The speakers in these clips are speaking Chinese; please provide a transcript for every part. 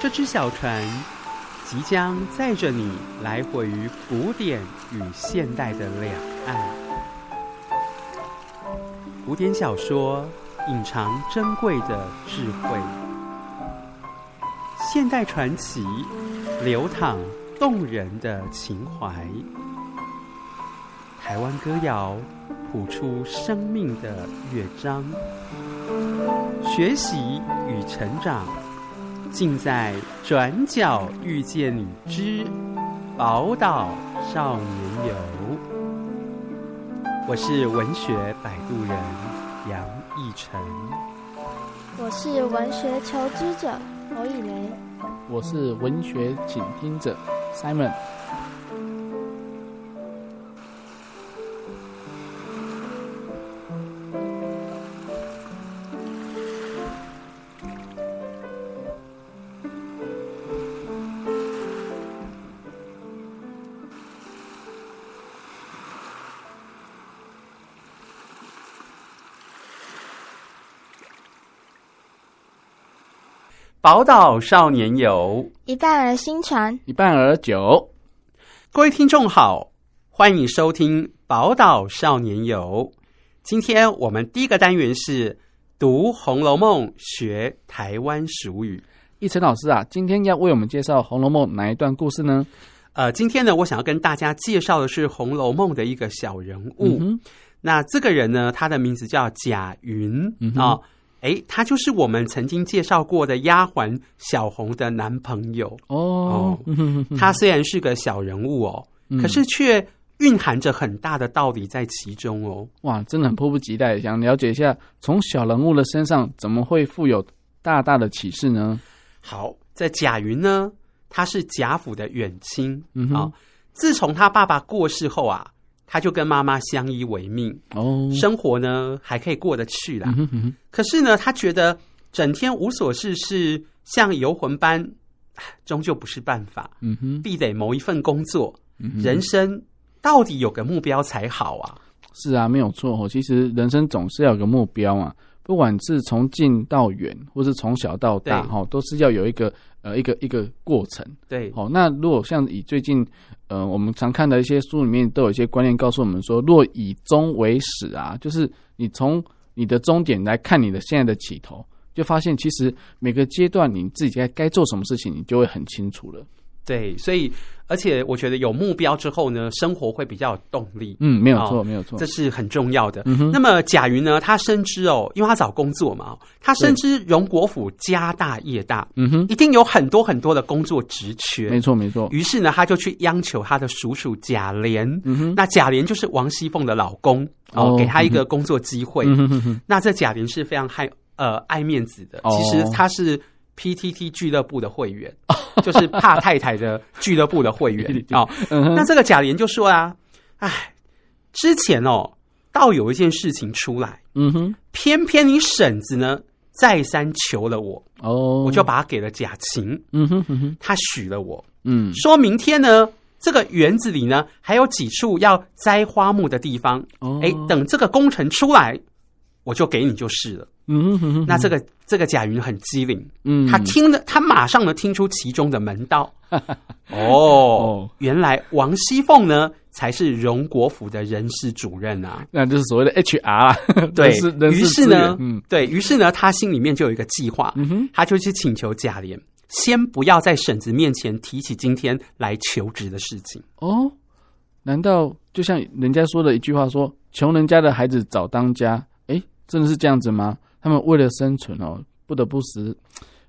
这只小船即将载着你来回于古典与现代的两岸。古典小说隐藏珍贵的智慧，现代传奇流淌动人的情怀，台湾歌谣谱出生命的乐章，学习与成长。尽在转角遇见你之宝岛少年游。我是文学摆渡人杨逸晨，我是文学求知者侯以梅，我是文学倾听者 Simon。宝岛少年游。一半儿新船，一半而酒，各位听众好，欢迎收听宝岛少年游。今天我们第一个单元是读《红楼梦》，学台湾俗语。一晨老师啊，今天要为我们介绍《红楼梦》哪一段故事呢？呃，今天呢，我想要跟大家介绍的是《红楼梦》的一个小人物。嗯哼，那这个人呢，他的名字叫贾云嗯哼啊。诶，他就是我们曾经介绍过的丫鬟小红的男朋友。哦，嗯哼哼他虽然是个小人物哦，嗯可是却蕴含着很大的道理在其中哦。哇，真的很迫不及待想了解一下，从小人物的身上怎么会富有大大的启示呢？好，这贾云呢，他是贾府的远亲啊、嗯哼，自从他爸爸过世后啊，他就跟妈妈相依为命，哦，生活呢还可以过得去啦。嗯哼嗯哼，可是呢，他觉得整天无所事事，像游魂般，唉终究不是办法，嗯哼，必得谋一份工作。嗯哼人生到底有个目标才好啊！是啊，没有错哦。其实人生总是要有个目标嘛，不管是从近到远，或是从小到大，对哈、都是要有一个呃一个一个过程。对，好、那如果像以最近呃我们常看的一些书里面，都有一些观念告诉我们说，若以终为始啊，就是你从你的终点来看你的现在的起头，就发现其实每个阶段你自己该该做什么事情，你就会很清楚了。对，所以而且我觉得有目标之后呢，生活会比较有动力，嗯，没有哦错，没有错这。是很重要的。嗯哼那么贾云呢，他深知哦，因为他找工作嘛，哦他深知荣国府家大业大，嗯哼，一定有很多很多的工作职没缺。错，没错。于是呢，他就去央求他的叔叔贾琏。嗯哼，那贾琏就是王熙凤的老公哦，哦给他一个工作机会。嗯哼哼哼，那这贾琏是非常害呃爱面子的，哦其实他是 PTT 俱乐部的会 员，就是怕太太的俱乐部的会员哦。嗯哼那这个贾琏就说啊，哎，之前哦，倒有一件事情出来，嗯哼，偏偏你婶子呢再三求了我，哦，我就把她给了贾琴，嗯哼嗯哼。她许了我，嗯，说明天呢。这个园子里呢，还有几处要栽花木的地方。哦哎、等这个工程出来，我就给你就是了。嗯哼哼哼，那这个这个贾云很机灵，嗯，他听的他马上能听出其中的门 道。哦，原来王熙凤呢才是荣国府的人事主任啊。那就是所谓的 HR 啦，对人事人，于事是资源呢，嗯对于是呢，他心里面就有一个计划，嗯哼，他就去请求贾琏，先不要在婶子面前提起今天来求职的事情。哦，难道就像人家说的一句话说，穷人家的孩子早当家，哎，真的是这样子吗？他们为了生存哦，不得不时，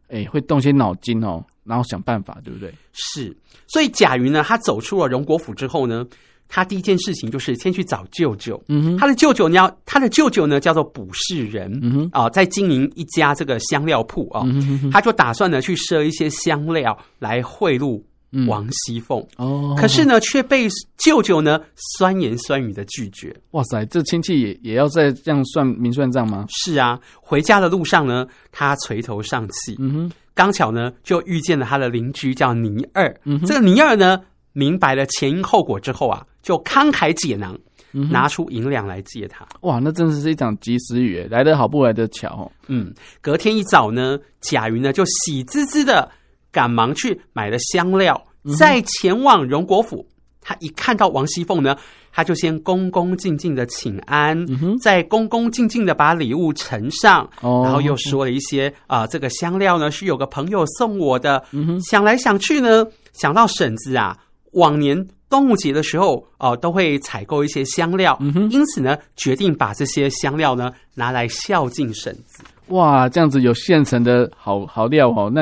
哎，会动些脑筋哦，然后想办法，对不对？是，所以贾云呢，他走出了荣国府之后呢，他第一件事情就是先去找舅舅。嗯哼，他的舅舅呢，他的舅舅呢叫做卜世仁，嗯哼啊、在经营一家这个香料铺啊、嗯哼哼他就打算呢去赊一些香料来贿赂嗯王熙凤。哦，可是呢，却被舅舅呢酸言酸语的拒绝。哇塞，这亲戚也也要再这样算明算账吗？是啊，回家的路上呢，他垂头丧气。嗯哼，刚巧呢，就遇见了他的邻居叫尼二。嗯哼这个尼二呢，明白了前因后果之后啊，就慷慨解囊，嗯哼拿出银两来借他。哇，那真的是一场及时雨耶，来得好不来得巧哦。嗯，隔天一早呢，贾云呢就喜滋滋的赶忙去买了香料，嗯再前往荣国府。他一看到王熙凤呢，他就先恭恭敬敬的请安，嗯哼再恭恭敬敬的把礼物呈上，哦然后又说了一些啊、这个香料呢是有个朋友送我的。嗯哼想来想去呢，想到婶子啊，往年端午节的时候哦、都会采购一些香料，嗯哼因此呢，决定把这些香料呢拿来孝敬婶子。哇，这样子有现成的好好料哦，那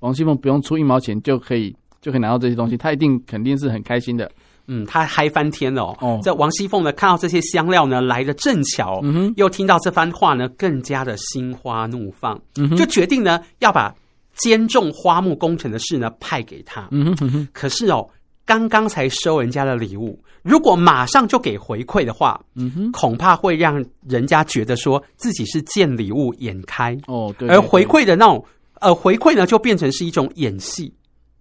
王熙凤不用出一毛钱就可以就可以拿到这些东西，她一定肯定是很开心的。嗯，他嗨翻天了哦！哦这王熙凤呢，看到这些香料呢来的正巧，嗯哼又听到这番话呢，更加的心花怒放，嗯哼就决定呢要把兼种花木工程的事呢派给他。嗯哼嗯哼，可是哦，刚刚才收人家的礼物，如果马上就给回馈的话，嗯哼，恐怕会让人家觉得说自己是见礼物眼开，哦对而回馈的那种呃回馈呢，就变成是一种演戏，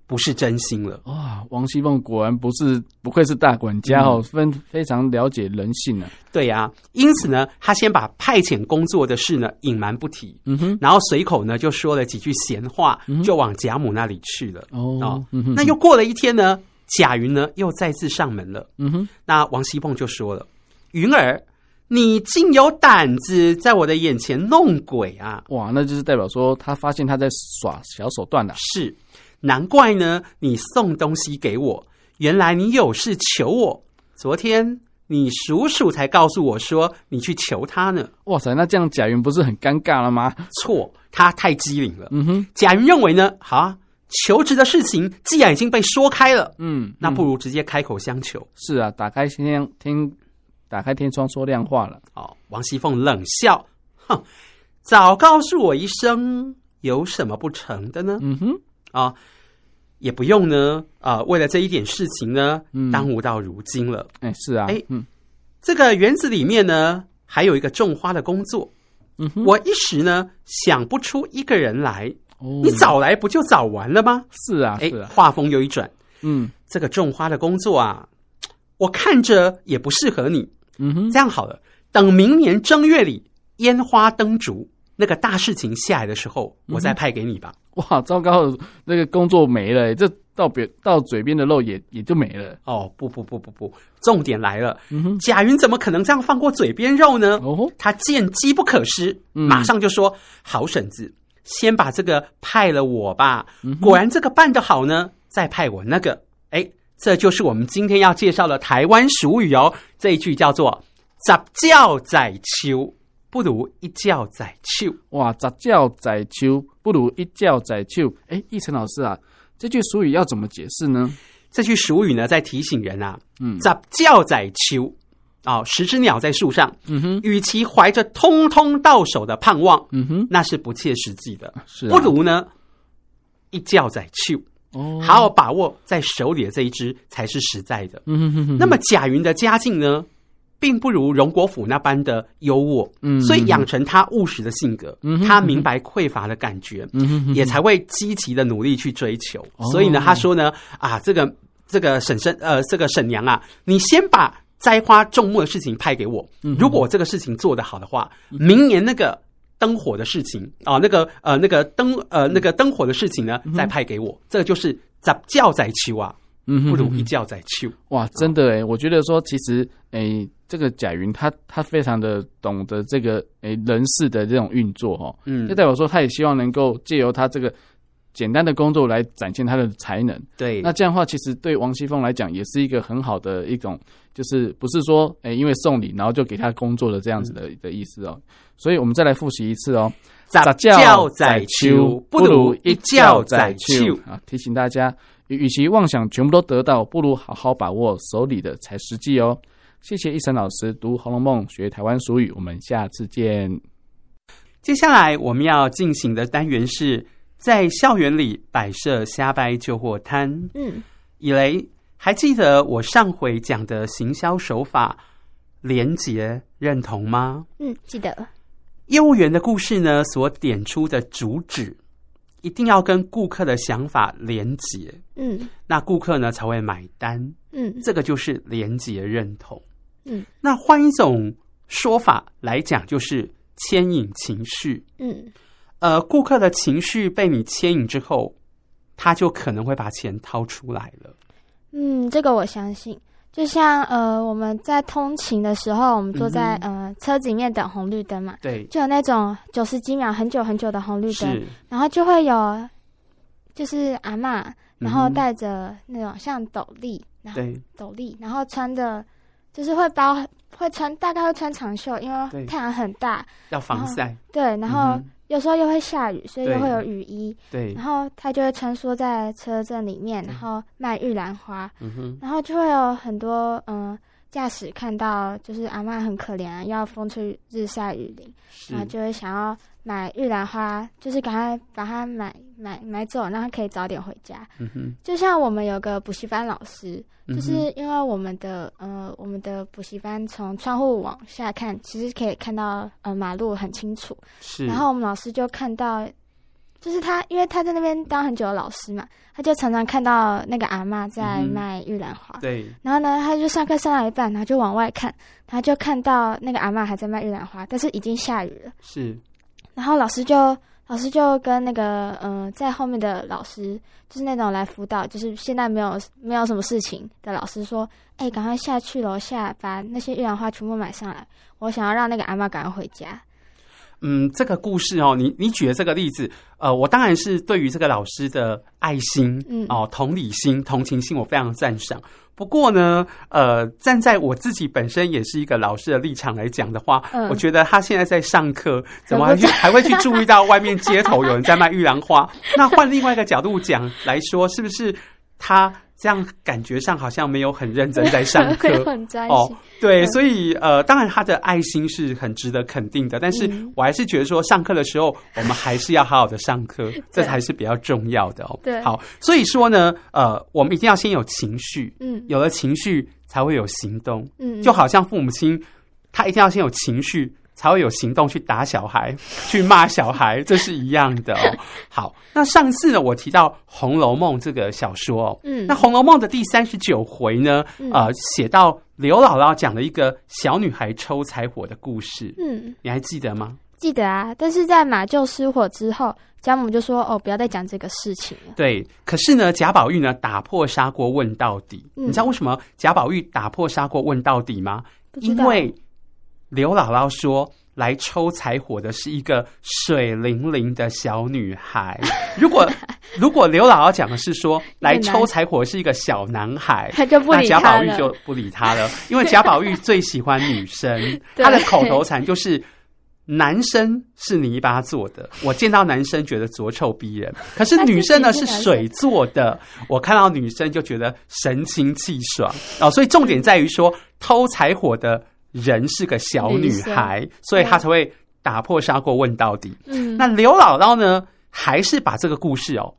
不是真心了。哇，王熙凤果然不是不愧是大管家哦，嗯分非常了解人性啊。对呀、因此呢，他先把派遣工作的事呢隐瞒不提，嗯哼，然后随口呢就说了几句闲话，就往贾母那里去了。哦哦，嗯哼那又过了一天呢，贾云呢又再次上门了。嗯哼，那王熙凤就说了：“云儿，你竟有胆子在我的眼前弄鬼啊！哇，那就是代表说她发现她在耍小手段啊了、是，难怪呢，你送东西给我，原来你有事求我。昨天你叔叔才告诉我说你去求他呢。”哇塞，那这样贾云不是很尴尬了吗？错，他太机灵了。嗯哼，贾云认为呢，好啊，求职的事情既然已经被说开了，嗯，那不嗯如直接开口相求。是啊，打开天天，打开天窗说亮话了。哦，王熙凤冷笑，哼，早告诉我一声，有什么不成的呢？嗯哼，啊，也不用呢，啊，为了这一点事情呢嗯，耽误到如今了。哎、是啊，哎嗯这个园子里面呢，还有一个种花的工作，嗯哼，我一时呢想不出一个人来，哦你早来不就早完了吗？是啊，哎是，啊，话锋又一转。嗯这个种花的工作啊，我看着也不适合你。嗯哼，这样好了，等明年正月里烟花灯烛那个大事情下来的时候，嗯我再派给你吧。哇，糟糕，那个工作没了、这到别到嘴边的肉也也就没了。哦，不不不不不，重点来了，嗯哼，贾云怎么可能这样放过嘴边肉呢？哦，他见机不可失，嗯马上就说：“好婶子，先把这个派了我吧。嗯果然这个办得好呢，再派我那个。哎，这就是我们今天要介绍的台湾俗语哦。这一句叫做‘杂教载秋’，不如一教载秋。哇，杂教载秋不如一教载秋。哎、奕晨老师啊，这句俗语要怎么解释呢？这句俗语呢，在提醒人啊嗯，杂教载秋。”哦，十只鸟在树上，嗯哼，与其怀着通通到手的盼望，嗯哼，那是不切实际的。是、啊，不如呢，一教载秋。哦，好好把握在手里的这一支才是实在的。嗯哼哼哼，那么贾云的家境呢，并不如荣国府那般的优渥，嗯所以养成他务实的性格，嗯哼他明白匮乏的感觉，嗯哼哼，也才会积极的努力去追求。哦所以呢，他说呢，啊，这个这个婶婶呃，这个婶娘啊，你先把栽花种木的事情派给我，嗯如果我这个事情做得好的话，明年那个。灯火的事情啊、那个呃，那个灯呃，那个灯火的事情呢，嗯再派给我，这个就是杂教在秋啊，嗯哼不哼如哼一教在秋。哇，真的哎诶，我觉得说，其实诶，这个贾云他他非常的懂得这个诶人事的这种运作哦，嗯就代表说他也希望能够借由他这个简单的工作来展现他的才能。对，那这样的话，其实对王熙凤来讲也是一个很好的一种，就是不是说诶因为送礼然后就给他工作的这样子的、的意思哦。所以我们再来复习一次哦，嗯杂教教在秋，不不如如一一教教在在秋秋。啊！提醒大家，与其妄想全部都得到，不如好好把握手里的才实际哦。谢谢一晨老师读《红楼梦》学台湾俗语，我们下次见。接下来我们要进行的单元是在校园里摆设瞎掰旧货摊。嗯，以雷，还记得我上回讲的行销手法连结认同吗？嗯，记得。业务员的故事呢，所点出的主旨一定要跟顾客的想法连结，嗯那顾客呢才会买单。嗯这个就是连结认同。嗯那换一种说法来讲，就是牵引情绪。嗯呃，顾客的情绪被你牵引之后，他就可能会把钱掏出来了。嗯，这个我相信。就像呃，我们在通勤的时候，我们坐在、嗯呃车子里面等红绿灯嘛，对，就有那种九十几秒很久很久的红绿灯，是，然后就会有就是阿嬷，然后嗯哼戴着那种像斗笠，然后对，斗笠，然后穿的就是会包会穿大概会穿长袖，因对为太阳很大，要防晒，对，然嗯后哼有时候又会下雨，所以对又会有雨衣，对然，后他就会穿梭在车阵里面，然后卖玉兰花，嗯哼，然后就会有很多嗯。驾驶看到就是阿嬷很可怜啊，要风吹日晒雨淋，是然后就会想要买玉兰花，就是赶快把它买买买走，让她可以早点回家。嗯哼，就像我们有个补习班老师，嗯哼就是因为我们的呃，我们的补习班从窗户往下看，其实可以看到呃马路很清楚。是，然后我们老师就看到，就是他，因为他在那边当很久的老师嘛，他就常常看到那个阿嬷在嗯哼卖玉兰花。对，然后呢，他就上课上到一半，然后就往外看，然后就看到那个阿嬷还在卖玉兰花，但是已经下雨了。是，然后老师就老师就跟那个嗯、呃在后面的老师，就是那种来辅导，就是现在没有没有什么事情的老师说，哎、赶快下去楼下把那些玉兰花全部买上来，我想要让那个阿嬷赶快回家。嗯，这个故事哦，你你举的这个例子，呃，我当然是对于这个老师的爱心，嗯哦，同理心、同情心，我非常赞赏。不过呢，呃，站在我自己本身也是一个老师的立场来讲的话，嗯我觉得他现在在上课，怎么还很不去还会去注意到外面街头有人在卖玉兰花？那换另外一个角度讲来说，是不是他这样感觉上好像没有很认真在上 课？没有很专心。哦，对，嗯所以呃，当然他的爱心是很值得肯定的，但是嗯我还是觉得说，上课的时候我们还是要好好的上 课，这才是比较重要的哦。对好，所以说呢，呃，我们一定要先有情绪，嗯有了情绪才会有行动，嗯，就好像父母亲，他一定要先有情绪。才会有行动去打小孩、 去骂小 孩，这是一样的哦。好，那上次呢，我提到《红楼梦》这个小说哦，嗯，那《红楼梦》的第三十九回呢，嗯呃，写到刘姥姥讲了一个小女孩抽柴火的故事，嗯，你还记得吗？记得啊。但是在马厩失火之后，贾母就说：“哦，不要再讲这个事情了。对，可是呢，贾宝玉呢打破砂锅问到底。嗯你知道为什么贾宝玉打破砂锅问到底吗？”不知因道为刘姥姥说，来抽柴火的是一个水灵灵的小女孩。如 果如果刘姥姥讲的是说，来抽柴火是一个小男孩， 他就不那理贾他宝玉了就不理他了，因为贾宝玉最喜欢女生， 对他的口头禅就是。男生是泥巴做的，我见到男生觉得浊臭逼人；可是女生呢是他自己是男生水做的，我看到女生就觉得神清气爽哦。所以重点在于说，偷柴火的人是个小女孩，所以她才会打破砂锅问到底。嗯，那刘姥姥呢，还是把这个故事哦，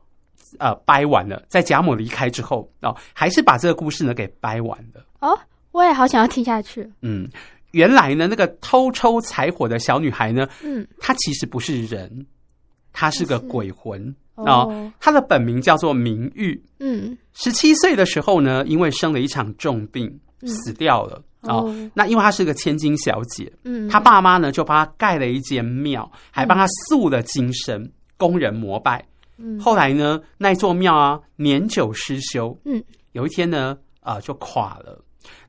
呃，掰完了。在贾母离开之后哦，还是把这个故事呢给掰完了。哦，我也好想要听下去。嗯，原来呢，那个偷抽柴火的小女孩呢，嗯，她其实不是人，她是个她是鬼魂哦哦，她的本名叫做明玉。嗯十七岁的时候呢，因为生了一场重病，嗯死掉了。哦，哦那因为她是个千金小姐，嗯，她爸妈呢就帮她盖了一间庙，还帮她塑了金身，供人膜拜。嗯后来呢，那一座庙啊，年久失修，嗯，有一天呢，啊、就垮了。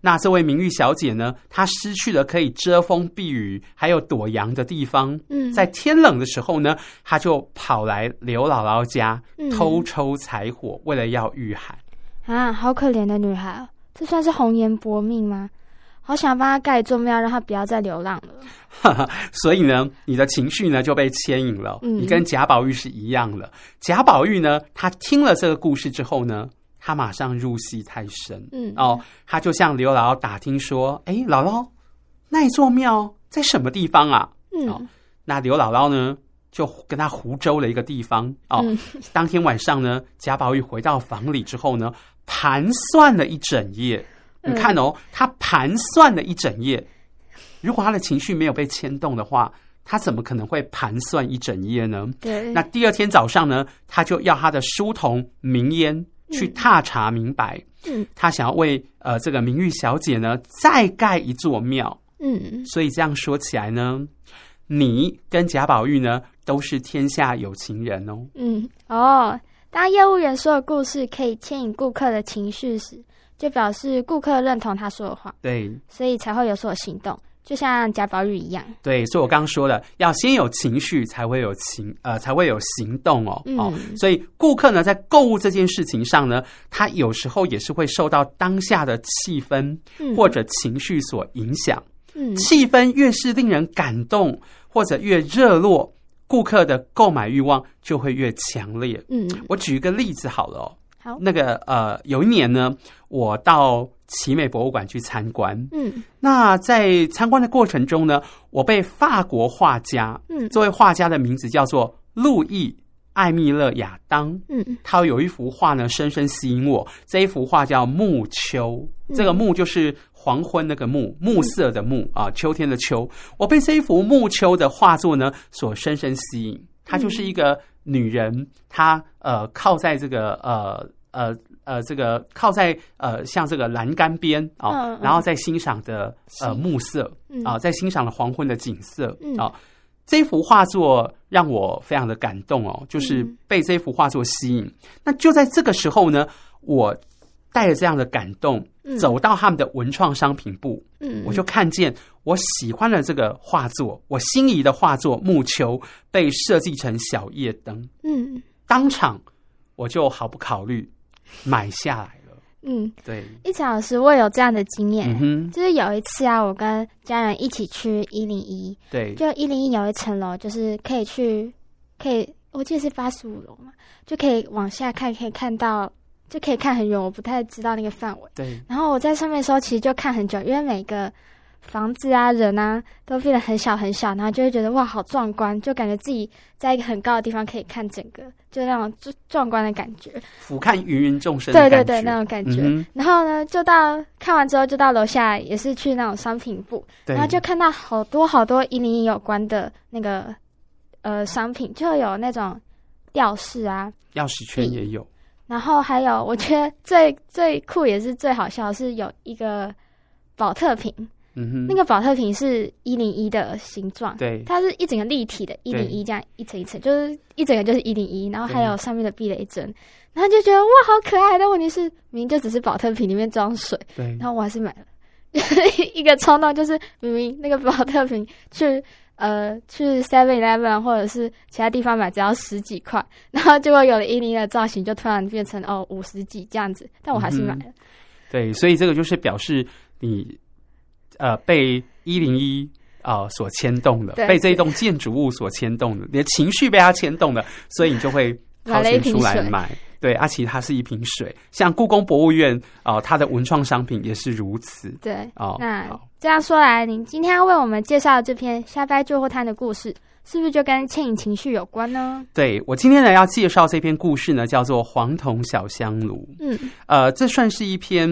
那这位名誉小姐呢，她失去了可以遮风避雨还有躲阳的地方，嗯在天冷的时候呢，她就跑来刘姥姥家嗯偷抽柴火，为了要御寒。啊，好可怜的女孩哦，这算是红颜薄命吗？好想帮她盖一座庙，让她不要再流浪了。所以呢，你的情绪呢就被牵引了，嗯你跟贾宝玉是一样了。贾宝玉呢，他听了这个故事之后呢，他马上入戏太深，嗯哦，他就向刘姥姥打听说：“哎，姥姥，那一座庙在什么地方啊？”哦嗯，那刘姥姥呢，就跟他湖州了一个地方哦。嗯当天晚上呢，贾宝玉回到房里之后呢，盘算了一整夜。你嗯看哦，他盘算了一整夜。如果他的情绪没有被牵动的话，他怎么可能会盘算一整夜呢？对，那第二天早上呢，他就要他的书童明烟去踏查明白，嗯他想要为呃这个明玉小姐呢再盖一座庙。嗯所以这样说起来呢，你跟贾宝玉呢都是天下有情人哦。嗯，哦，当业务员说的故事可以牵引顾客的情绪时，就表示顾客认同他说的话，对所以才会有所行动，就像贾宝玉一样。对，所以我刚刚说了，要先有情绪，才会有情呃，才会有行动哦、嗯哦。所以顾客呢，在购物这件事情上呢，他有时候也是会受到当下的气氛嗯，或者情绪所影响。嗯气氛越是令人感动或者越热络，顾客的购买欲望就会越强烈。嗯，我举一个例子好了哦，好，那个呃，有一年呢，我到奇美博物馆去参观，嗯那在参观的过程中呢，我被法国画家，嗯这位画家的名字叫做路易·艾密勒·亚当。嗯他有一幅画呢，深深吸引我。这一幅画叫《暮秋》，嗯这个“暮”就是黄昏那个“暮”，暮色的“暮”啊，秋天的“秋”。我被这一幅《暮秋》的画作呢所深深吸引。她就是一个女人，她呃靠在这个呃呃呃这个靠在呃像这个栏杆边啊，嗯嗯然后在欣赏的呃是暮色嗯啊，在欣赏了黄昏的景色嗯啊。这幅画作让我非常的感动哦，就是嗯被这幅画作吸引。那就在这个时候呢，我带着这样的感动，嗯走到他们的文创商品部，嗯，我就看见我喜欢的这个画作，我心仪的画作《木球》被设计成小夜灯，嗯当场我就毫不考虑买下来了。嗯， 对，一场老师我也有这样的经验。嗯哼，就是有一次啊，我跟家人一起去一零一，对，就一零一有一层楼，就是可以去，可以我记得是八十五楼嘛，就可以往下看，可以看到，就可以看很远，我不太知道那个范围。对，然后我在上面的时候，其实就看很久，因为每个房子啊、人啊都变得很小很小，然后就会觉得哇，好壮观，就感觉自己在一个很高的地方可以看整个，就那种就壮观的感觉。俯瞰芸芸众生的对感觉，对对，那种感觉。嗯哼，然后呢，就到看完之后，就到楼下也是去那种商品部，对，然后就看到好多好多一零一有关的那个呃商品，就有那种吊饰啊，钥匙圈也有，然后还有嗯我觉得最最酷也是最好笑的是有一个保特瓶，嗯哼，那个保特瓶是一零一的形状，对它是一整个立体的，一零一这样一层一层，就是一整个就是一零一，然后还有上面的避雷针，然后就觉得哇好可爱，但问题是明明就只是保特瓶里面装水，对然后我还是买了， 一个冲动就是明明那个保特瓶去呃去 Seven Eleven 啊或者是其他地方买只要十几块，然后结果有了一零的造型就突然变成哦五十几这样子，但我还嗯是买了。对，所以这个就是表示你呃被一零一啊所牵动了，对被这一栋建筑物所牵动了，你的情绪被它牵动了，所以你就 会掏买了一钱瓶出来水买。对，啊，其实它是一瓶水，像故宫博物院啊、呃它的文创商品也是如此。对，哦那好这样说来，您今天要为我们介绍的这篇《瞎掰旧货摊》的故事，是不是就跟牵引情绪有关呢？对我今天呢要介绍这篇故事呢，叫做《黄铜小香炉》。嗯呃，这算是一篇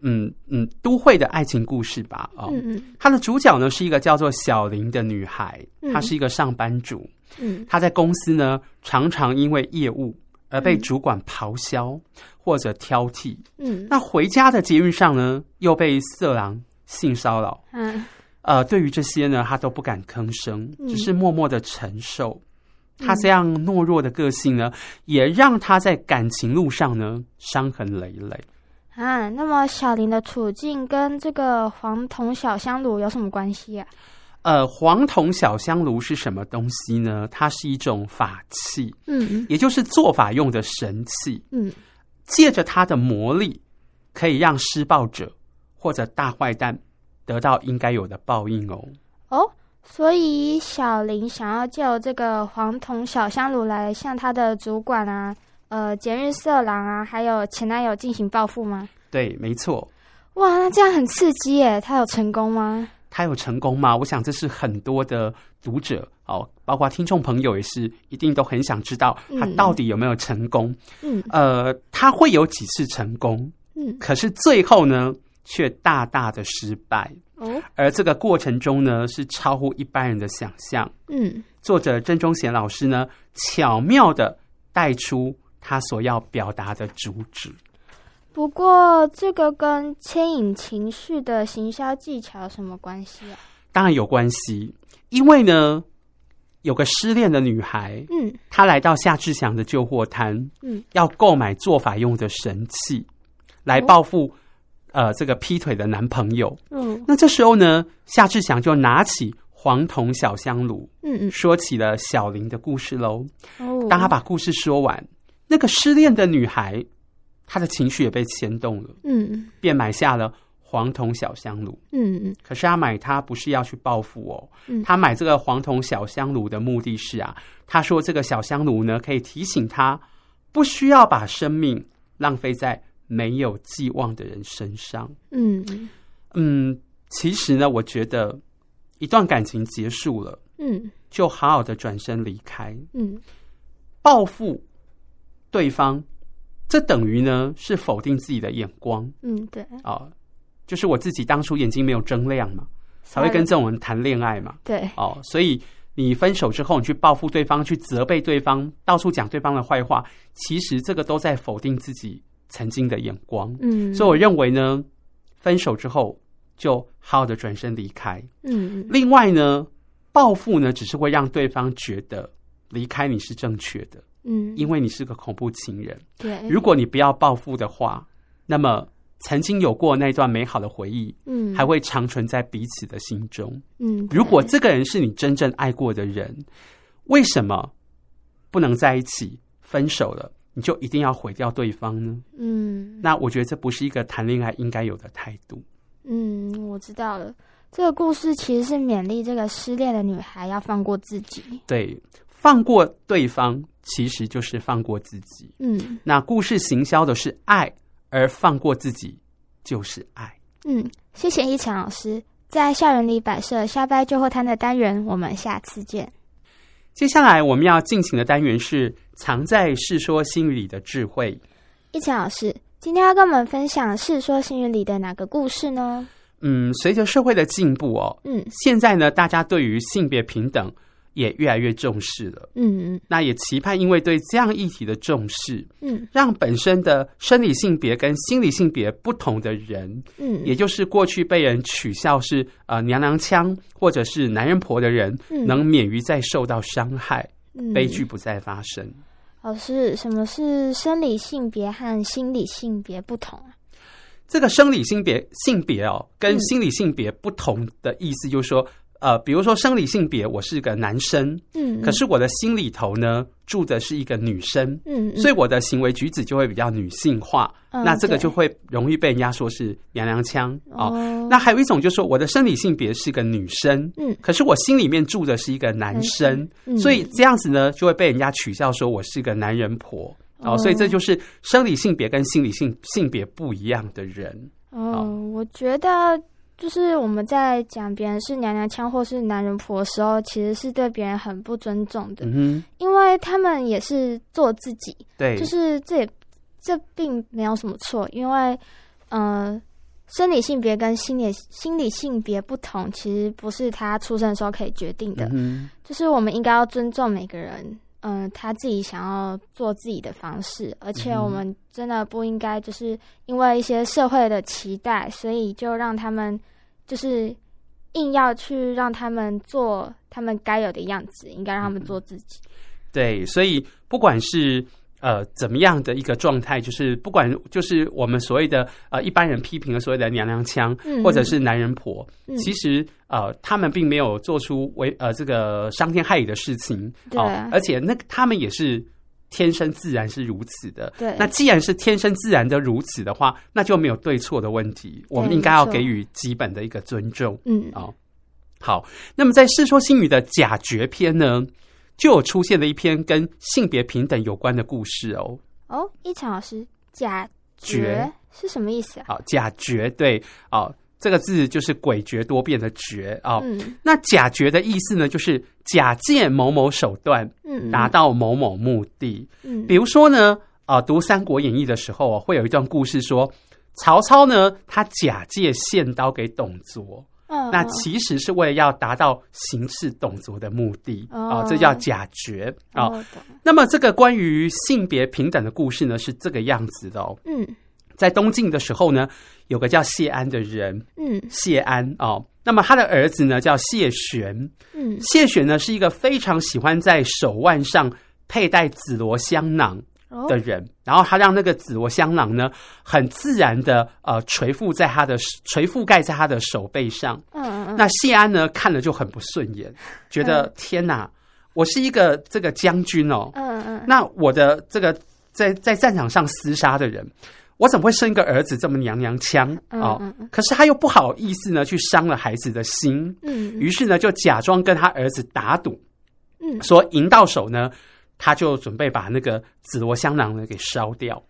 嗯嗯都会的爱情故事吧？哦，嗯嗯它的主角呢是一个叫做小玲的女孩，她嗯是一个上班族。嗯他在公司呢，常常因为业务而被主管咆哮或者挑剔。嗯那回家的捷运上呢，又被色狼性骚扰。嗯呃，对于这些呢，他都不敢吭声，嗯只是默默的承受。他这样懦弱的个性呢，也让他在感情路上呢伤痕累累。啊，那么小林的处境跟这个黄铜小香炉有什么关系啊？呃，黄铜小香炉是什么东西呢？它是一种法器，嗯也就是做法用的神器。嗯借着它的魔力，可以让施暴者或者大坏蛋得到应该有的报应哦。哦，所以小林想要借由这个黄铜小香炉来向他的主管啊，呃捷运色狼啊，还有前男友进行报复吗？对，没错。哇，那这样很刺激耶！他有成功吗？他有成功吗？我想这是很多的读者哦，包括听众朋友也是，一定都很想知道他到底有没有成功。嗯呃，他会有几次成功，嗯可是最后呢，却大大的失败。哦而这个过程中呢，是超乎一般人的想象。嗯作者郑中贤老师呢，巧妙的带出他所要表达的主旨。不过这个跟牵引情绪的行销技巧有什么关系啊？当然有关系，因为呢，有个失恋的女孩，嗯她来到夏志祥的旧货摊，嗯，要购买做法用的神器，来报复、呃这个劈腿的男朋友。嗯那这时候呢，夏志祥就拿起黄铜小香炉，嗯说起了小林的故事喽。嗯哦，当他把故事说完，那个失恋的女孩，她的情绪也被牵动了，嗯便买下了黄铜小香炉。嗯嗯可是她买它不是要去报复哦，嗯她买这个黄铜小香炉的目的是啊，她说这个小香炉呢可以提醒她，不需要把生命浪费在没有寄望的人身上。嗯嗯嗯，其实呢，我觉得一段感情结束了，嗯就好好的转身离开，嗯报复对方，这等于呢是否定自己的眼光嗯，对，啊、就是我自己当初眼睛没有睁亮嘛，才会跟这种人谈恋爱嘛，对，哦，所以你分手之后，你去报复对方，去责备对方，到处讲对方的坏话，其实这个都在否定自己曾经的眼光。嗯，所以我认为呢，分手之后就好好的转身离开。嗯另外呢，报复呢只是会让对方觉得离开你是正确的，嗯，哎因为你是个恐怖情人。对，如果你不要报复的话，那么曾经有过那段美好的回忆，嗯还会长存在彼此的心中。嗯，如果对这个人是你真正爱过的人，为什么不能在一起？分手了，你就一定要毁掉对方呢？嗯那我觉得这不是一个谈恋爱应该有的态度。嗯，我知道了。这个故事其实是勉励这个失恋的女孩要放过自己。对，放过对方其实就是放过自己。嗯那故事行销的是爱，而放过自己就是爱。嗯，谢谢一晨老师。在校园里摆设下班旧货摊的单元，我们下次见。接下来我们要进行的单元是藏在《世说新语》里的智慧。一晨老师，今天要跟我们分享《世说新语》里的哪个故事呢？嗯，随着社会的进步哦，嗯现在呢，大家对于性别平等也越来越重视了。嗯那也期盼，因为对这样议题的重视，嗯让本身的生理性别跟心理性别不同的人，嗯也嗯就是过去被人取笑是呃娘娘腔或者是男人婆的人，嗯能免于再受到伤害，嗯悲剧。不再发生。老师，什么是生理性别和心理性别不同啊？这个生理性别性别哦，跟嗯心理性别不同的意思就是说，呃，比如说生理性别我是个男生，嗯，可是我的心里头呢住的是一个女生，嗯，嗯所以我的行为举止就会比较女性化，嗯那这个对就会容易被人家说是娘娘腔哦。哦，那还有一种就是说，我的生理性别是个女生，嗯可是我心里面住的是一个男生，嗯所以这样子呢，就会被人家取笑说我是个男人婆。哦哦，所以这就是生理性别跟心理性性别不一样的人。哦，我觉得就是我们在讲别人是娘娘腔或是男人婆的时候，其实是对别人很不尊重的，嗯哼，因为他们也是做自己，对，就是这也这并没有什么错，因为呃，生理性别跟心理心理性别不同，其实不是他出生的时候可以决定的，嗯哼，就是我们应该要尊重每个人，嗯、他自己想要做自己的方式，而且嗯哼我们真的不应该就是因为一些社会的期待，所以就让他们就是硬要去让他们做他们该有的样子，应该让他嗯们做自己。对，所以不管是呃怎么样的一个状态，就是不管就是我们所谓的呃一般人批评的所谓的娘娘腔，嗯或者是男人婆，嗯其实呃他们并没有做出违呃这个伤天害理的事情，对啊哦而且那个他们也是。天生自然是如此的，对那既然是天生自然的如此的话，那就没有对错的问题，我们对应该要没错给予基本的一个尊重。嗯哦，好，那么在《世说新语》的假绝篇呢，就有出现了一篇跟性别平等有关的故事哦。哦哦，一场老师假绝觉是什么意思啊？好，假绝对哦，这个字就是诡谲多变的谲哦。嗯那假绝的意思呢，就是假借某某手段嗯，达到某某目的。嗯比如说呢，啊、读《三国演义》的时候、哦，会有一段故事说，曹操呢，他假借献刀给董卓，嗯那嗯其实是为了要达到行刺董卓的目的啊、哦这叫假绝啊、哦懂那么这个关于性别平等的故事呢，是这个样子的哦。嗯在东晋的时候呢，有个叫谢安的人，嗯谢安哦。那么他的儿子呢叫谢玄，嗯谢玄呢是一个非常喜欢在手腕上佩戴紫罗香囊哦的人，然后他让那个紫罗香囊呢很自然的呃垂覆在他的垂覆盖在他的手背上。嗯嗯那谢安呢看了就很不顺眼，觉得天哪，我是一个这个将军哦，嗯嗯那我的这个在在战场上厮杀的人，我怎么会生一个儿子这么娘娘腔嗯哦？嗯嗯可是他又不好意思呢，去伤了孩子的心，嗯于是呢就假装跟他儿子打赌，嗯说赢到手呢，他就准备把那个紫罗香囊呢给烧掉。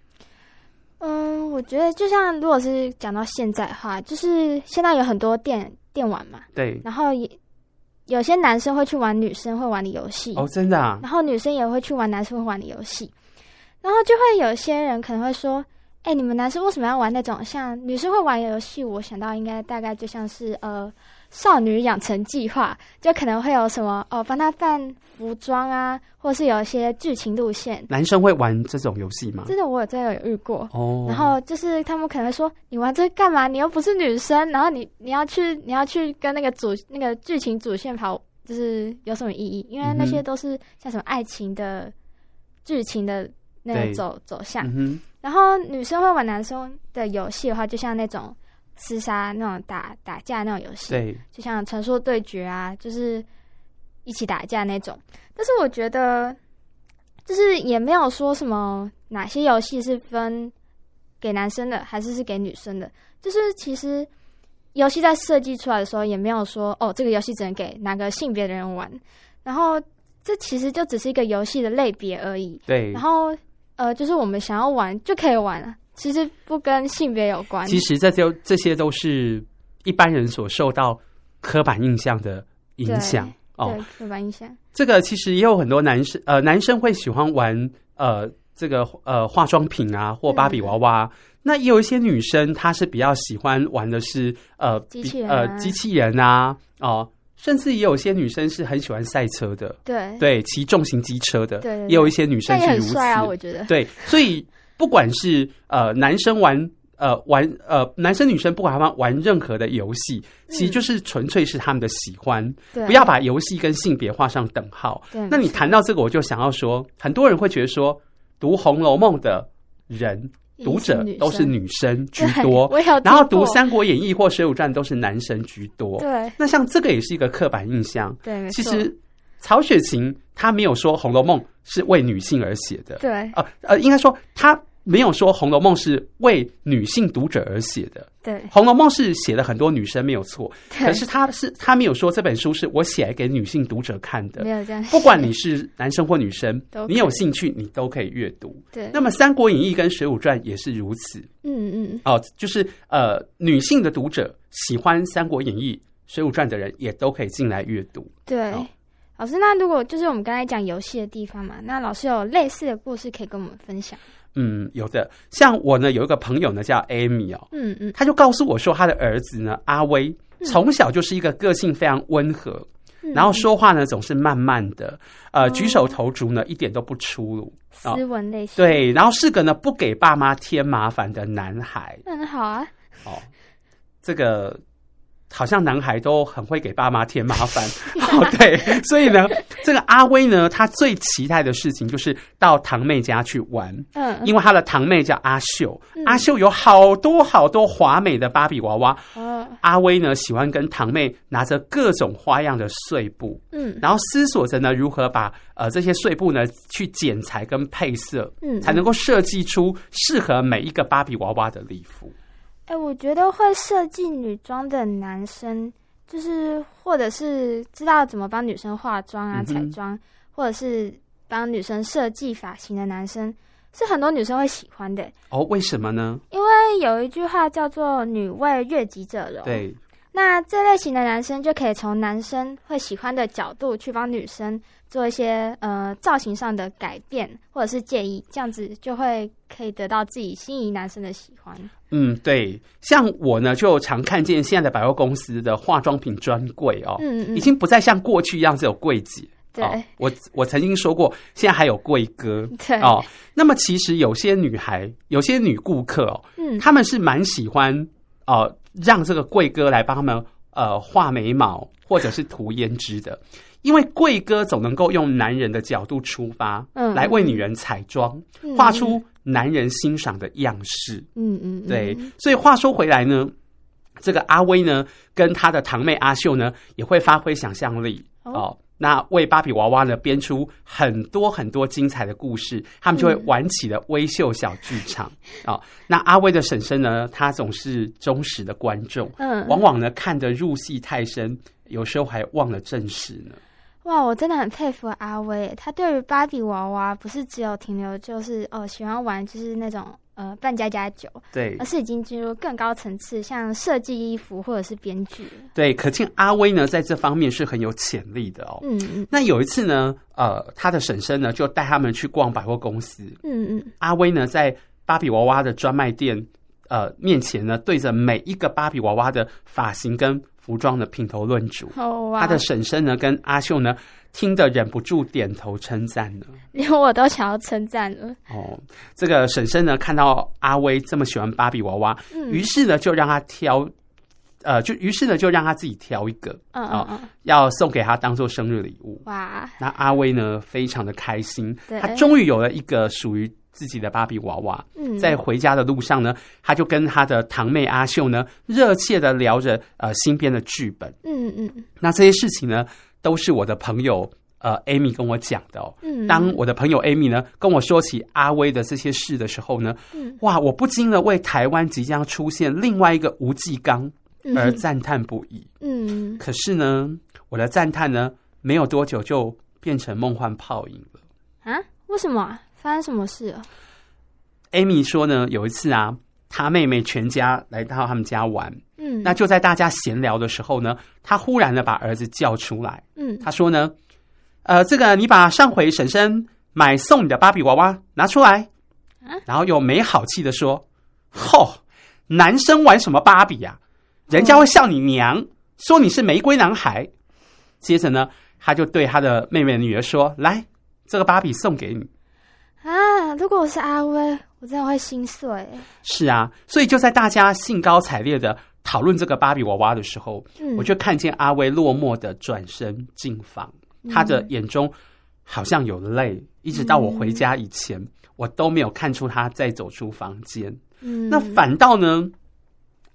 嗯，我觉得就像如果是讲到现在的话，就是现在有很多电电玩嘛，对，然后也有些男生会去玩女生会玩的游戏，哦，真的啊，然后女生也会去玩男生会玩的游戏，然后就会有些人可能会说：“哎、你们男生为什么要玩那种像女生会玩的游戏？”我想到应该大概就像是呃少女养成计划，就可能会有什么哦帮她扮服装啊，或是有一些剧情路线。男生会玩这种游戏吗？真的，我有真的有遇过。哦，然后就是他们可能会说：“你玩这干嘛？你又不是女生，然后你你要去你要去跟那个主那个剧情主线跑，就是有什么意义？因为那嗯些哼都是像什么爱情的剧情的那对个走走向。嗯哼，然后女生会玩男生的游戏的话，就像那种厮杀那种打打架那种游戏，对，就像传说对决啊，就是一起打架那种。但是我觉得，就是也没有说什么哪些游戏是分给男生的，还是是给女生的。就是其实游戏在设计出来的时候，也没有说哦，这个游戏只能给哪个性别的人玩。然后这其实就只是一个游戏的类别而已。对，然后呃，就是我们想要玩就可以玩了，其实不跟性别有关。其实这就这些都是一般人所受到刻板印象的影响哦。对，刻板印象。这个其实也有很多男生呃，男生会喜欢玩呃这个呃化妆品啊或芭比娃娃。那也有一些女生，她是比较喜欢玩的是呃机比器人啊呃机器人啊哦、甚至也有些女生是很喜欢赛车的，对，对，骑重型机车的，对对对也有一些女生但也是很如此。帅啊，我觉 得。对，所以不管是呃男生玩呃玩呃男生女生不管他们玩任何的游戏，其实就是纯粹是他们的喜欢，嗯对，嗯不要把游戏跟性别画上等号。对。那你谈到这个，我就想要说，很多人会觉得说，读《红楼梦》的人一定读者都是生女生居对多，我也有然后听读过《三国演义》或《水浒传》都是男生居多。对那像这个也是一个刻板印象。对，没其错实曹雪芹他没有说《红楼梦》是为女性而写的，对呃呃，应该说他没有说《红楼梦》是为女性读者而写的，对《红楼梦》是写了很多女生没有错，对，可是 他是他没有说这本书是我写来给女性读者看没的。有这样写，不管你是男生或女生都，可以你有兴趣你都可以阅读。对，那么《三国演义》跟《水浒传》也是如此嗯嗯哦，就是呃，女性的读者喜欢《三国演义》《水浒传》的人也都可以进来阅读。对好。老师，那如果就是我们刚才讲游戏的地方嘛，那老师有类似的故事可以跟我们分享？嗯，有的，像我呢有一个朋友呢叫 Amy 哦，嗯嗯他就告诉我说，他的儿子呢，阿威嗯从小就是一个个性非常温和，嗯，然后说话呢总是慢慢的，呃，哦举手投足呢一点都不粗鲁，啊斯文类型，，对，然后是个呢不给爸妈添麻烦的男孩那很好啊，哦，这个。好像男孩都很会给爸妈添麻 烦，哦，对，所以呢，这个阿威呢，他最期待的事情就是到堂妹家去玩，嗯，因为他的堂妹叫阿秀，嗯阿秀有好多好多华美的芭比娃娃，哦，阿威呢喜欢跟堂妹拿着各种花样的碎布，嗯然后思索着呢如何把呃这些碎布呢去剪裁跟配色，嗯，才能够设计出适合每一个芭比娃娃的礼服。哎、我觉得会设计女装的男生，就是或者是知道怎么帮女生化妆啊、嗯哼彩妆，或者是帮女生设计发型的男生，是很多女生会喜欢的，哦，为什么呢？因为有一句话叫做“女为悦己者容”。，对，那这类型的男生就可以从男生会喜欢的角度去帮女生做一些呃造型上的改变或者是建议，这样子就会可以得到自己心仪男生的喜欢。嗯，对，像我呢，就常看见现在的百货公司的化妆品专柜哦，嗯嗯已，经不再像过去一样只有柜姐。对、哦、我我曾经说过，现在还有柜哥对，哦。那么其实有些女孩，有些女顾客哦，嗯她们是蛮喜欢呃，让这个贵哥来帮他们呃画眉毛或者是涂胭脂的，因为贵哥总能够用男人的角度出发，嗯来为女人彩妆，嗯画出男人欣赏的样式。嗯嗯嗯对，所以话说回来呢，这个阿威呢，跟他的堂妹阿秀呢，也会发挥想象力哦哦。那为芭比娃娃呢编出很多很多精彩的故事，他们就会嗯玩起了微秀小剧场哦。那阿威的婶婶呢，她总是忠实的观众，嗯往往呢看得入戏太深，有时候还忘了正事呢。哇，我真的很佩服阿威，他对于芭比娃娃不是只有停留就是哦喜欢玩就是那种呃扮家家酒，对而是已经进入更高层次，像设计衣服或者是编剧了。对，可见阿威呢在这方面是很有潜力的哦。嗯嗯那有一次呢，呃，他的婶婶呢就带他们去逛百货公司，嗯嗯，阿威呢在芭比娃娃的专卖店呃面前呢，对着每一个芭比娃娃的发型跟服装的品头论足。哦哇，他的婶婶呢跟阿秀呢，听得忍不住点头称赞呢。连我都想要称赞了。哦，这个婶婶呢看到阿威这么喜欢芭比娃娃，嗯，于是呢就让他挑，呃，就于是呢就让他自己挑一个，嗯嗯嗯，要送给他当做生日礼物。哇，那阿威呢非常的开心，对他终于有了一个属于自己的芭比娃娃。嗯，在回家的路上呢，他就跟他的堂妹阿秀呢，热切的聊着呃新编的剧本。嗯嗯那这些事情呢，都是我的朋友呃 Amy 跟我讲的哦。嗯，当我的朋友 Amy 呢跟我说起阿威的这些事的时候呢，嗯哇，我不禁的为台湾即将出现另外一个吴继刚嗯而赞叹不已。嗯，可是呢，我的赞叹呢，没有多久就变成梦幻泡影了。啊，为什么啊发生什么事了？ Amy 说呢，有一次啊，她妹妹全家来到他们家玩，嗯，那就在大家闲聊的时候呢，他忽然的把儿子叫出来，嗯他说呢，呃，这个你把上回婶婶买送你的芭比娃娃拿出来啊，然后又没好气的说，吼，男生玩什么芭比呀、人家会笑你哦娘，说你是玫瑰男孩。接着呢，他就对他的妹妹女儿说，来，这个芭比送给你。啊，如果我是阿威，我真的会心碎。是啊，所以就在大家兴高采烈的讨论这个芭比娃娃的时候，嗯，我就看见阿威落寞的转身进房，他嗯的眼中好像有泪，一直到我回家以前，我都没有看出他再走出房间。嗯那反倒呢，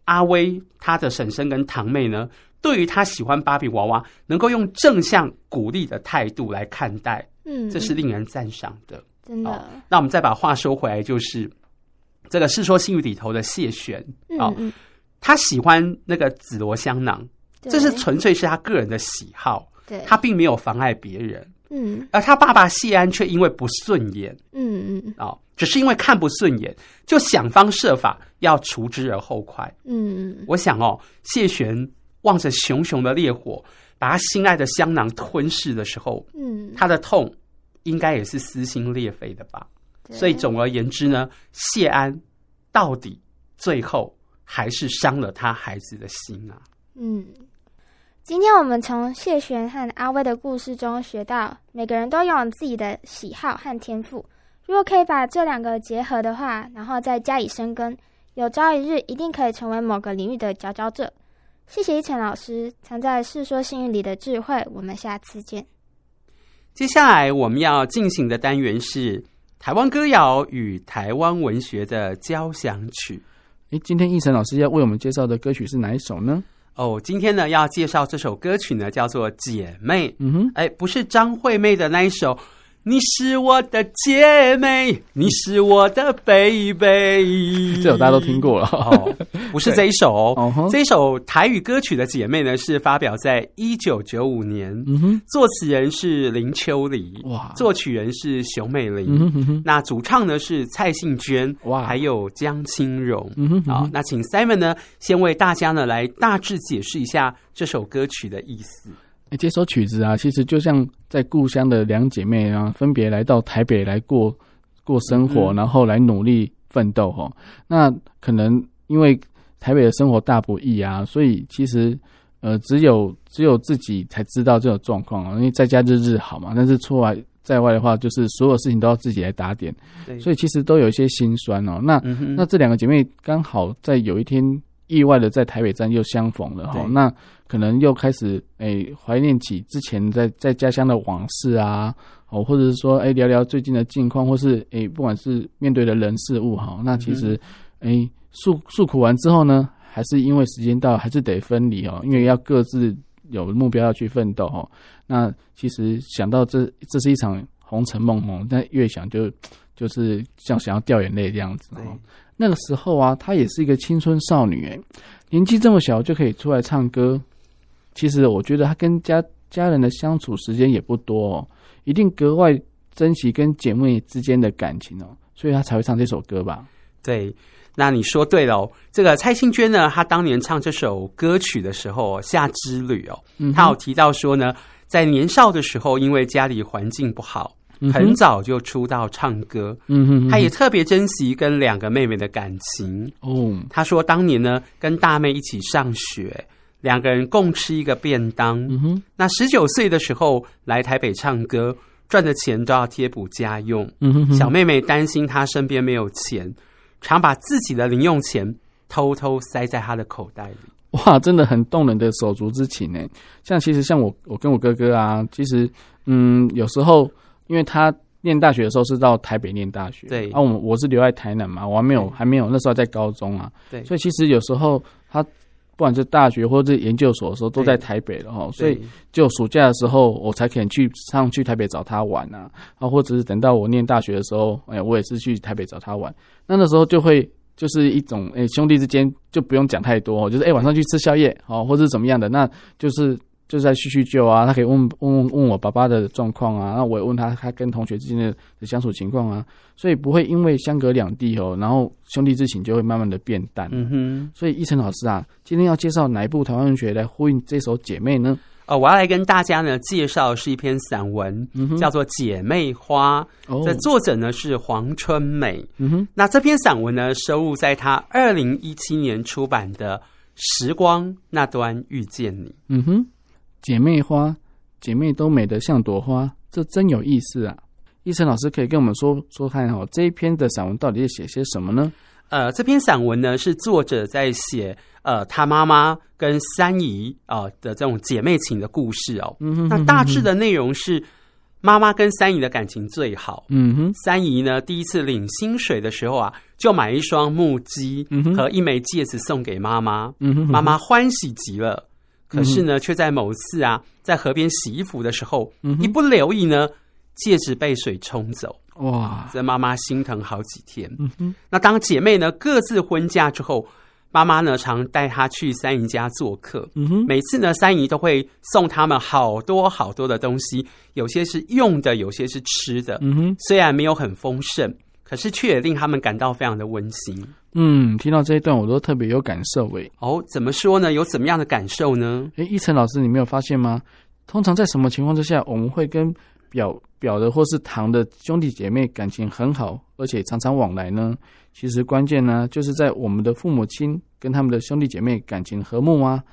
阿威他的婶婶跟堂妹呢，对于他喜欢芭比娃娃，能够用正向鼓励的态度来看待，嗯，这是令人赞赏的。真的哦那我们再把话说回来，就是这个《世说新语》里头的谢玄，嗯哦嗯，他喜欢那个紫罗香囊。对这是纯粹是他个人的喜好，对他并没有妨碍别人。嗯而他爸爸谢安却因为不顺眼嗯嗯啊、哦只是因为看不顺眼，就想方设法要除之而后快。嗯我想哦，谢玄望着熊熊的烈火，把他心爱的香囊吞噬的时候，嗯，他的痛应该也是撕心裂肺的吧。对所以总而言之呢，谢安到底最后还是伤了他孩子的心啊。嗯，今天我们从谢玄和阿威的故事中学到，每个人都拥有自己的喜好和天赋。如果可以把这两个结合的话，然后再加以深耕，有朝一日一定可以成为某个领域的佼佼者。谢谢一晨老师藏在《世说新语》里的智慧，我们下次见。接下来我们要进行的单元是台湾歌谣与台湾文学的交响曲。诶，今天奕晨老师要为我们介绍的歌曲是哪一首呢？哦，今天呢要介绍这首歌曲呢，叫做《姐妹》。嗯哼，哎，不是张惠妹的那一首《你是我的姐妹，你是我的 baby。这首大家都听过了。嗯哦，不是这一首 哦，嗯哼这一首台语歌曲的姐妹呢，是发表在一九九五年， 嗯哼，作词人是林秋离，哇作曲人是熊美玲，嗯哼嗯哼，那主唱呢是蔡幸娟，哇还有江青荣。嗯哼，嗯好哼，那请 Simon 呢，先为大家呢来大致解释一下这首歌曲的意思。欸这首曲子啊，其实就像在故乡的两姐妹啊，分别来到台北来过过生活，嗯然后来努力奋斗哦。那可能因为台北的生活大不易啊，所以其实呃，只有只有自己才知道这种状况啊。因为在家日日好嘛，但是出来在外的话，就是所有事情都要自己来打点，对所以其实都有一些心酸哦。那嗯哼，那这两个姐妹刚好在有一天意外的在台北站又相逢了哈对，那可能又开始诶怀、念起之前在在家乡的往事啊，哦，或者是说诶、聊聊最近的近况，或是诶、不管是面对的人事物哈，那其实诶诉诉苦完之后呢，还是因为时间到了，还是得分离哦，因为要各自有目标要去奋斗哦。那其实想到这这是一场红尘梦哦，但越想就就是像想要掉眼泪这样子哦对。那个时候啊，她也是一个青春少女，哎，年纪这么小就可以出来唱歌。其实我觉得她跟家家人的相处时间也不多哦，一定格外珍惜跟姐妹之间的感情哦，所以她才会唱这首歌吧？对，那你说对了哦。这个蔡幸娟呢，她当年唱这首歌曲的时候哦，《夏之旅》哦，嗯哼她有提到说呢，在年少的时候，因为家里环境不好，嗯哼很早就出道唱歌。嗯哼嗯哼，她也特别珍惜跟两个妹妹的感情。哦，她说，当年呢，跟大妹一起上学，两个人共吃一个便当。嗯哼，那十九岁的时候来台北唱歌，赚的钱都要贴补家用。嗯哼，嗯哼小妹妹担心她身边没有钱，常把自己的零用钱偷偷塞在她的口袋里。 哇，真的很动人的手足之情呢。像其实像我，我跟我哥哥啊，其实嗯，有时候因为他念大学的时候是到台北念大学，对啊，我我是留在台南嘛，我还没有对还没有那时候还在高中啊，对，所以其实有时候他不管是大学或者是研究所的时候都对在台北了哈，所对以就暑假的时候我才肯去上去台北找他玩啊，啊，或者是等到我念大学的时候，哎，我也是去台北找他玩，那那时候就会。就是一种哎兄弟之间就不用讲太多哦，就是哎晚上去吃宵夜哦，或者是怎么样的，那就是就是在叙叙旧啊，他可以问问问我爸爸的状况啊，那我也问他他跟同学之间的的相处情况啊，所以不会因为相隔两地哦，然后兄弟之情就会慢慢的变淡。嗯哼，所以一晨老师啊，今天要介绍哪一部台湾文学来呼应这首《姐妹》呢？哦，我要来跟大家呢介绍的是一篇散文，嗯哼叫做《姐妹花》。哦这作者呢是黄春美。嗯哼，那这篇散文呢收录在她二零一七年出版的《时光那端遇见你》。嗯哼，姐妹花，姐妹都美得像朵花，这真有意思啊！一晨老师可以跟我们说说看哦，这一篇的散文到底是写些什么呢？呃，这篇散文呢是作者在写呃他妈妈跟三姨啊、呃的这种姐妹情的故事哦。嗯哼，那大致，的内容是，妈妈跟三姨的感情最好。嗯哼，三姨呢，第一次领薪水的时候啊，就买一双木屐嗯哼和一枚戒指送给妈妈，嗯哼，妈，妈欢喜极了。可是呢，却在某次啊，在河边洗衣服的时候，嗯哼一不留意呢，戒指被水冲走，哇，这妈妈心疼好几天。啊嗯哼，那当姐妹呢各自婚嫁之后，妈妈呢常带她去三姨家做客。嗯哼，每次呢，三姨都会送他们好多好多的东西，有些是用的，有些是吃的。嗯哼，虽然没有很丰盛，可是却也令他们感到非常的温馨。嗯，听到这一段我都特别有感受诶。哦，怎么说呢？有怎么样的感受呢？诶，一晨老师，你没有发现吗？通常在什么情况之下，我们会跟表表的或是堂的兄弟姐妹感情很好，而且常常往来呢？其实关键呢，就是在我们的父母亲跟他们的兄弟姐妹感情和睦啊。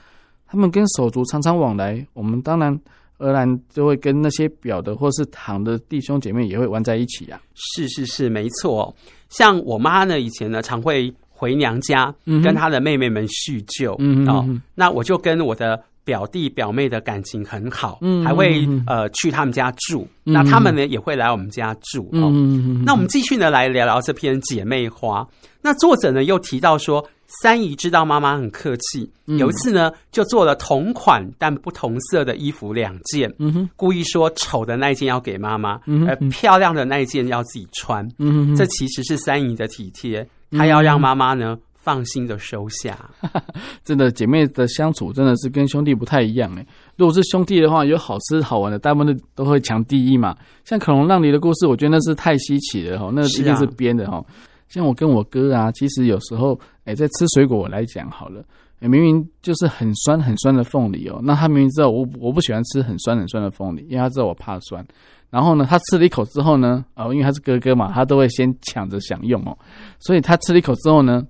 他们跟手足常常往来，我们当然而然就会跟那些表的或是堂的弟兄姐妹也会玩在一起啊。是是是，没错。哦像我妈呢，以前呢常会回娘家，嗯哼跟她的妹妹们叙旧。嗯哼哦嗯哼，那我就跟我的表弟表妹的感情很好，嗯还会嗯嗯呃去他们家住，嗯那他们呢也会来我们家住。哦，嗯那我们继续呢来聊聊这篇姐妹花。那作者呢又提到说，三姨知道妈妈很客气，嗯有一次呢就做了同款但不同色的衣服两件，嗯哼故意说丑的那一件要给妈妈，嗯哼而嗯漂亮的那一件要自己穿。嗯哼这其实是三姨的体贴，她要让妈妈呢放心的收下。嗯真的姐妹的相处真的是跟兄弟不太一样哎。如果是兄弟的话，有好吃好玩的，大部分都会抢第一嘛。像恐龙让梨的故事，我觉得那是太稀奇了哈，那一定是编的哈。像我跟我哥啊，其实有时候哎，在吃水果来讲好了。哎明明就是很酸很酸的凤梨哦，那他明明知道我我不喜欢吃很酸很酸的凤梨，因为他知道我怕酸。然后呢，他吃了一口之后呢，哦，因为他是哥哥嘛，他都会先抢着享用哦，所以他吃了一口之后呢，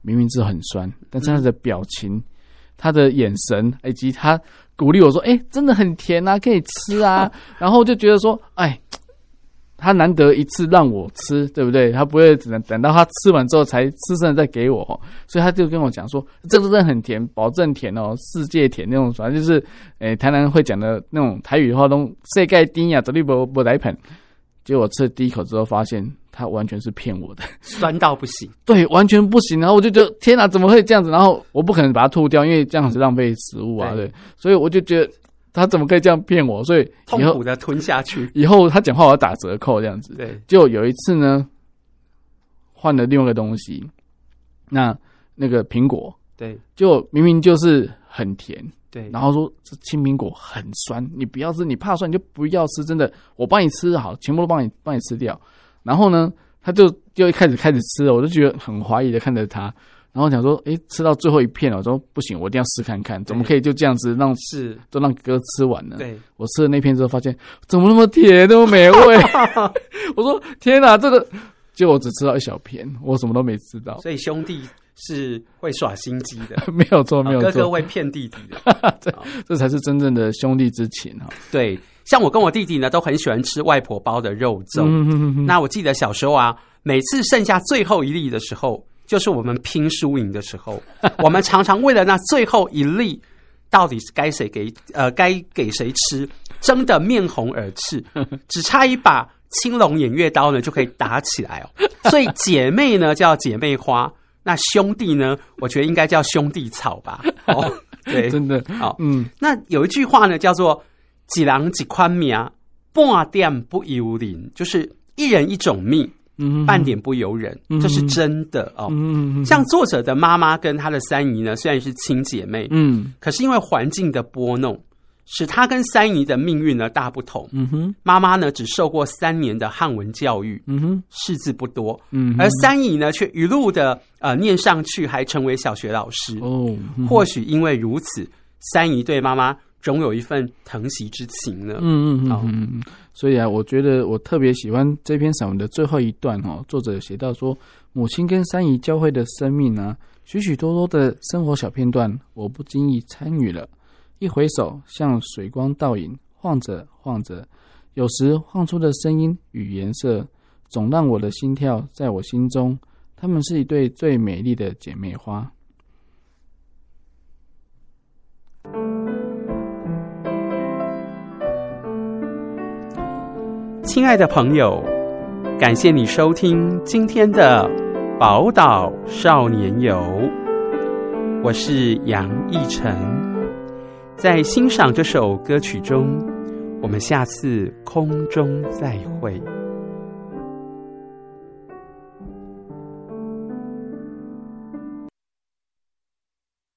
明明知道很酸，但是他的表情、他的眼神以及他鼓励我说：“哎、真的很甜啊，可以吃啊。”然后就觉得说：“哎，他难得一次让我吃，对不对？他不会只能等到他吃完之后才吃剩的再给我哦。所以他就跟我讲说：‘这个真的很甜，保证甜哦，世界甜那种，反正就是哎、台南会讲的那种台语话都世界丁呀，绝对不不来盆。’结果我吃了第一口之后，发现他完全是骗我的。”酸到不行，对，完全不行。然后我就觉得天哪、怎么会这样子？然后我不可能把它吐掉，因为这样是浪费食物啊。对对，所以我就觉得他怎么可以这样骗我？所以痛以后苦的吞下去。以后他讲话我要打折扣这样子。对，就有一次呢，换了另外一个东西，那那个苹果，对，就明明就是很甜，对，然后说这青苹果很酸，你不要吃，你怕酸你就不要吃，真的，我帮你吃好，全部都帮你帮你吃掉。然后呢，他就就一开始开始吃了，我就觉得很怀疑的看着他，然后想说，诶，吃到最后一片了，我说不行，我一定要试看看，怎么可以就这样子让是，都让哥吃完呢？对，我吃了那片之后，发现怎么那么甜，那么 美味，我说天哪，这个。结果我只吃到一小片，我什么都没吃到，所以兄弟是会耍心机的， 没有错，没有哦哥错，哥会骗弟弟 的。这才是真正的兄弟之情啊哈。对，像我跟我弟弟呢，都很喜欢吃外婆包的肉粽。嗯哼哼哼那我记得小时候啊，每次剩下最后一粒的时候，就是我们拼输赢的时 候。我们常常为了那最后一粒，到底是该谁给呃该给谁吃，争得面红耳 赤，只差一把青龙偃月刀呢就可以打起来哦。所以姐妹呢叫姐妹花，那兄弟呢，我觉得应该叫兄弟草吧。哦，对， 哦真的，好、嗯，那有一句话呢，叫做“几人几宽命，半点不由人”，就是一人一种命，嗯半点不由人，嗯这是真的哦。嗯嗯像作者的妈妈跟她的三姨呢，虽然是亲姐妹，嗯可是因为环境的波弄，使她跟三姨的命运呢大不同。嗯哼妈妈呢只受过三年的汉文教育，嗯哼识字不多，嗯哼，而三姨呢却一路的呃念上去，还成为小学老师。哦，嗯或许因为如此，三姨对妈妈总有一份疼惜之情呢。嗯嗯嗯好嗯嗯，所以啊，我觉得我特别喜欢这篇散文的最后一段哦，作者有写到说，母亲跟三姨教会的生命啊，许许多多的生活小片段，我不经意参与了，一回首，像水光倒影，晃着晃着，有时晃出的声音与颜色，总让我的心跳在我心中，她们是一对最美丽的姐妹花。亲爱的朋友，感谢你收听今天的《宝岛少年游》，我是杨逸晨。在欣赏这首歌曲中，我们下次空中再会。